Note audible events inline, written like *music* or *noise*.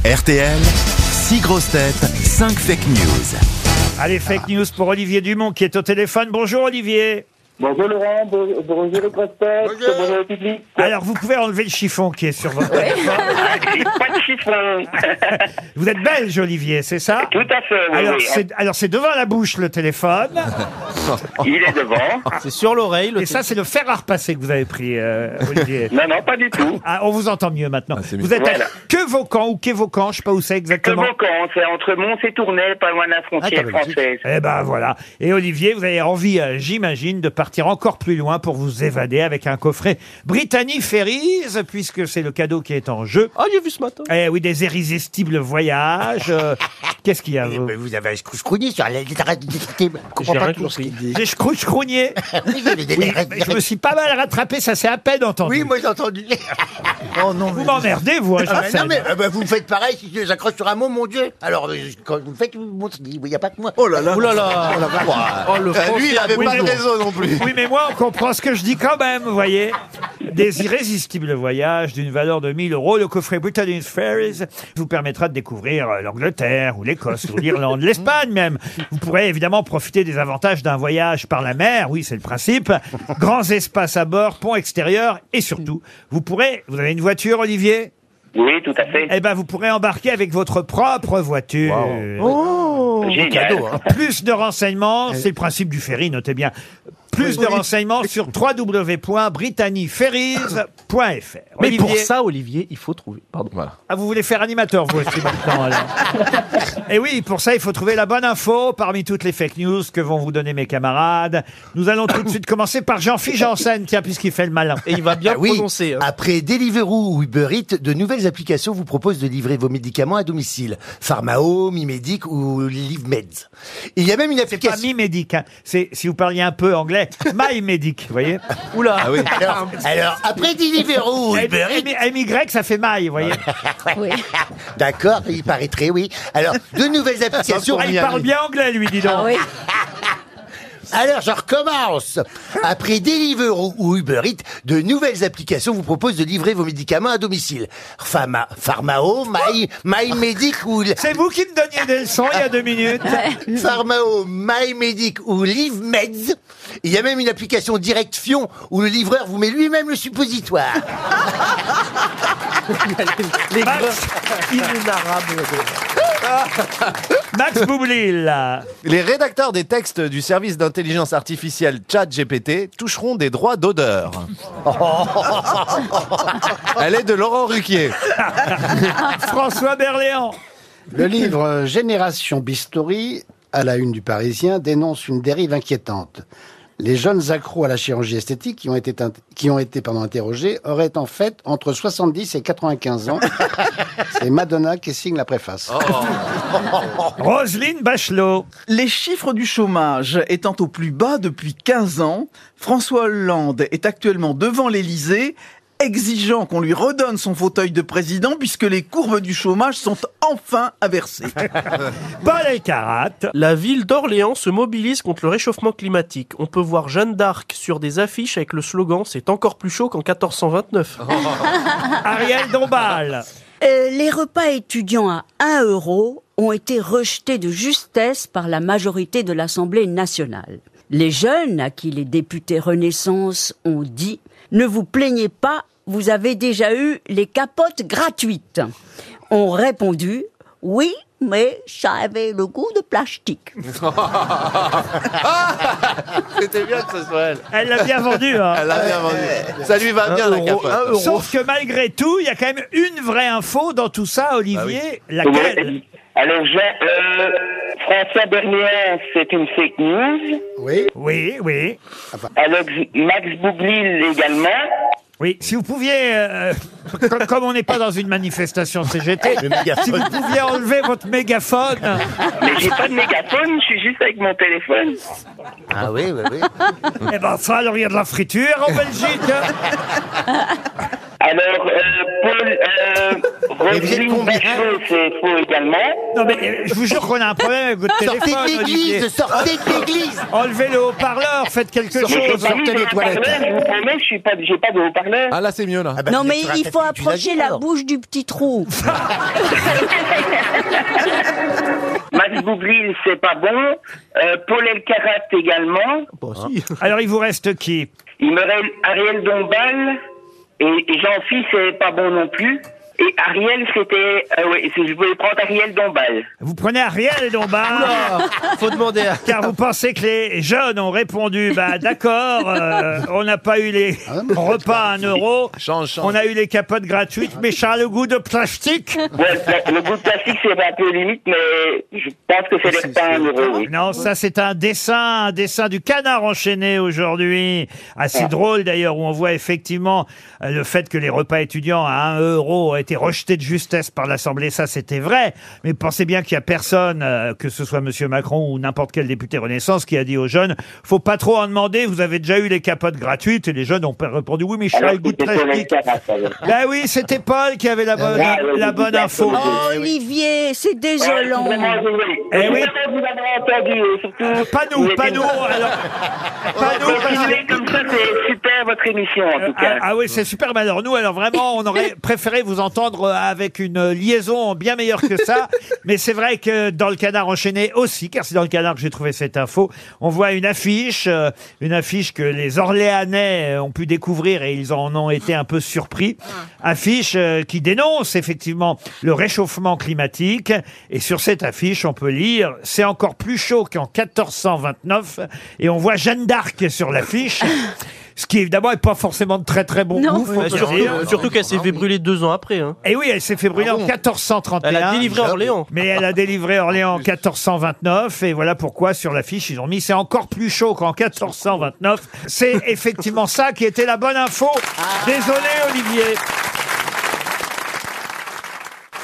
RTL, 6 grosses têtes, 5 fake news. Allez, Ah. fake news pour Olivier Dumont qui est au téléphone. Bonjour Olivier. Bonjour Laurent, bon- bonjour les grosses têtes, bonjour, le public. Alors, vous pouvez enlever le chiffon qui est sur votre téléphone. Ah, j'ai pas de chiffon. Vous êtes belge, Olivier, c'est ça *laughs* Tout à fait, oui, Alors, oui. c'est- Alors, c'est devant la bouche le téléphone. Il est devant. Ah, C'est sur l'oreille. le Et ça, c'est le fer à repasser que vous avez pris, euh, *laughs* Olivier. Non, non, pas du *laughs* tout. Ah, on vous entend mieux maintenant. Ah, c'est vous êtes Voilà. à Quevocan ou Quévocan, je sais pas où c'est Le exactement. Bocan, c'est entre Mons et Tournai, pas loin de la Ah, frontière quand même, française. Eh ben voilà. Et Olivier, vous avez envie, euh, j'imagine, de partir encore plus loin pour vous évader avec un coffret Brittany Ferries, puisque c'est le cadeau qui est en jeu. Ah, j'ai vu ce matin. Eh oui, des irrésistibles voyages. euh, Qu'est-ce qu'il y a vous Mais Eh ben, vous avez un scrouscrouni sur la littérature. Je comprends pas tout ce qu'il dit. J'ai chcrouchcrounier. *laughs* Oui, mais des- Oui, des- mais je me suis pas mal rattrapé, ça s'est à peine entendu. Oui, moi j'ai entendu. Oh non, vous m'emmerdez, vous. hein, je Ah, le mais sais. non, mais euh, bah, vous faites pareil si je les accroche sur un mot, mon Dieu. Alors, euh, quand vous le faites, vous montrez, il n'y a pas que moi. Oh là là. Ouh là là. Oh, le France, lui, il avait Oui, pas mais- raison non plus. Oui, mais moi, on comprend ce que je dis quand même, vous voyez. Des irrésistibles voyages d'une valeur de 1000 euros, le coffret Britannian Ferries vous permettra de découvrir euh, l'Angleterre ou l'Écosse ou l'Irlande, l'Espagne même. Vous pourrez évidemment profiter des avantages d'un voyage par la mer, oui, c'est le principe. Grands espaces à bord, ponts extérieurs et surtout, vous pourrez, vous avez une voiture, Olivier Oui, tout à fait. Eh ben, vous pourrez embarquer avec votre propre voiture. Oh, Génial. hein. hein. Plus de Euh, renseignements, c'est le principe du ferry, notez bien. Plus de renseignements sur www.britanniferries.fr. Mais pour Olivier, ça, Olivier, il faut trouver. Pardon. ah, vous voulez faire animateur, vous aussi, *laughs* maintenant, alors. Et oui, pour ça, il faut trouver la bonne info parmi toutes les fake news que vont vous donner mes camarades. Nous allons tout de suite commencer par Jean-Philippe Janssen, tiens, puisqu'il fait le malin. Et il va bien Ah oui, prononcer. hein. après Deliveroo ou Uber Eats, de nouvelles applications vous proposent de livrer vos médicaments à domicile. Pharmao, Mimedic ou LiveMeds. Il y a même une Pas application... mi-médic, hein. c'est, si vous parliez un peu anglais, my-médic, vous voyez Oula. Ah ah *laughs* Alors, alors, après Deliveroo ou Uber Eats, MY, ça fait maille, vous voyez *laughs* D'accord, il paraîtrait, oui. Alors, de nouvelles applications. Ah, il parle bien anglais, lui, dis Ah donc. Alors, je recommence. Après Deliveroo ou Uber Eats, de nouvelles applications vous proposent de livrer vos médicaments à domicile. Pharma, Pharmao, My, MyMedic ou C'est vous qui me donniez des leçons il y a deux minutes. Pharmao, MyMedic ou LiveMeds. Il y a même une application Direct Fion où le livreur vous met lui-même le suppositoire. Les Max, Max Boublil. là. Les rédacteurs des textes du service d'intelligence artificielle ChatGPT toucheront des droits *laughs* d'odeur. Elle est de Laurent Ruquier. François Berléand. Le livre euh, Génération Bistory, à la une du Parisien, dénonce une dérive inquiétante. Les jeunes accros à la chirurgie esthétique qui ont été, int- qui ont été pardon, interrogés auraient en fait entre 70 et 95 *laughs* ans. C'est Madonna qui signe la préface. Oh. Roselyne Bachelot. Les chiffres du chômage étant au plus bas depuis 15 ans, François Hollande est actuellement devant l'Élysée, exigeant qu'on lui redonne son fauteuil de président puisque les courbes du chômage sont enfin inversées. Paul Elkarat. La ville d'Orléans se mobilise contre le réchauffement climatique. On peut voir Jeanne d'Arc sur des affiches avec le slogan C'est encore plus chaud qu'en 1429. Ariel Dombal. Euh, les repas étudiants à 1 euro ont été rejetés de justesse par la majorité de l'Assemblée nationale. Les jeunes, à qui les députés Renaissance ont dit « Ne vous plaignez pas, vous avez déjà eu les capotes gratuites », ont répondu « Oui, mais ça avait le goût de plastique C'était bien que ce soit elle. Elle l'a bien vendu. hein. Elle a bien vendu. Ça lui va bien, la capote. Sauf que malgré tout, il y a quand même une vraie info dans tout Bah ça, Olivier. Laquelle Oui. Alors, Jean, euh, François Bernier, c'est une fake news. Oui, Oui, oui. Alors, Max Boublil également. Oui, si vous pouviez, euh, comme, comme on n'est pas dans une manifestation CGT, si vous pouviez enlever votre mégaphone. Mais j'ai pas de mégaphone, je suis juste avec mon téléphone. Ah oui, oui, oui. Eh ben, enfin, alors il y a de la friture en Belgique. Alors, euh, Paul euh, Roselyne Bachelot, c'est faux également. Non, mais euh, je vous jure qu'on a un problème avec votre Sortez de téléphone. l'église, Olivier. sortez de l'église. Enlevez le haut-parleur, faites quelque Mais j'ai chose. pas mis de haut-parleur, Je vous promets, je suis pas, j'ai pas de haut-parleur. Ah là, c'est mieux là. non, mais il faut approcher la bouche du petit trou. Max Boublil, c'est pas bon. Euh, Paul Elkarat également. Alors, il vous reste qui Il me reste Ariel Dombal. Et, et Jean-Phi, c'est pas bon non plus. Et Ariel, c'était... euh, oui, c'est- je voulais prendre Ariel Dombal. Vous prenez Ariel Dombal. Faut demander à... Car vous pensez que les jeunes ont répondu, bah d'accord, euh, on n'a pas eu les Ah, repas à un euro, on a eu les capotes gratuites, mais ça a le goût de plastique. Ouais, le, le goût de plastique, c'est un peu limite, mais je pense que c'est les pains à un euro, oui. Non, ça c'est un dessin, un dessin du canard enchaîné aujourd'hui. Ah. Assez drôle d'ailleurs, où on voit effectivement euh, le fait que les repas étudiants à 1 euro ont été rejetés de justesse par l'Assemblée. Ça c'était vrai. Mais pensez bien qu'il y a personne, euh, que ce soit Monsieur Macron ou n'importe quel député Renaissance, qui a dit aux jeunes, faut pas trop en demander, vous avez déjà eu les capotes gratuites. Et les jeunes ont répondu, oui mais je suis à Alors, Ah, le goût de c'était Paul plastique. Elkarat. alors. Ben oui, c'était Paul qui avait la bonne, Ah, ouais, la ouais, bonne ouais, info. Oh, Olivier, c'est désolant. Ouais, vraiment, désolé. Eh oui. Vous avez entendu, et surtout... Pas nous, vous êtes pas une- nous, alors, pas nous, parce que- Continuez comme ça, bah, c'est super votre émission, en tout Ah, cas. ah oui, c'est super. Mais alors nous, alors vraiment, on *laughs* aurait préféré vous entendre euh, avec une liaison bien meilleure que ça. Mais c'est vrai que dans le canard enchaîné aussi, car c'est dans le canard que j'ai trouvé cette info, on voit une affiche, euh, une affiche que les Orléanais euh, ont pu découvrir et ils en ont été un peu surpris. Ah. Affiche euh, qui dénonce effectivement le réchauffement climatique. Et sur cette affiche, on peut lire « C'est encore plus chaud qu'en 1429 ». Et on voit Jeanne d'Arc sur *laughs* l'affiche. Ce qui évidemment n'est pas forcément de très très bon Non. goût, faut Ouais, le surtout euh, dire. surtout qu'elle s'est fait brûler deux ans après. hein. Et oui, elle s'est fait brûler en 1431. Elle a délivré Orléans. Mais elle a délivré Orléans en 1429. Et voilà pourquoi sur l'affiche, ils ont mis c'est encore plus chaud qu'en Ah. 1429. C'est effectivement ça qui était la bonne info. Désolé, Olivier.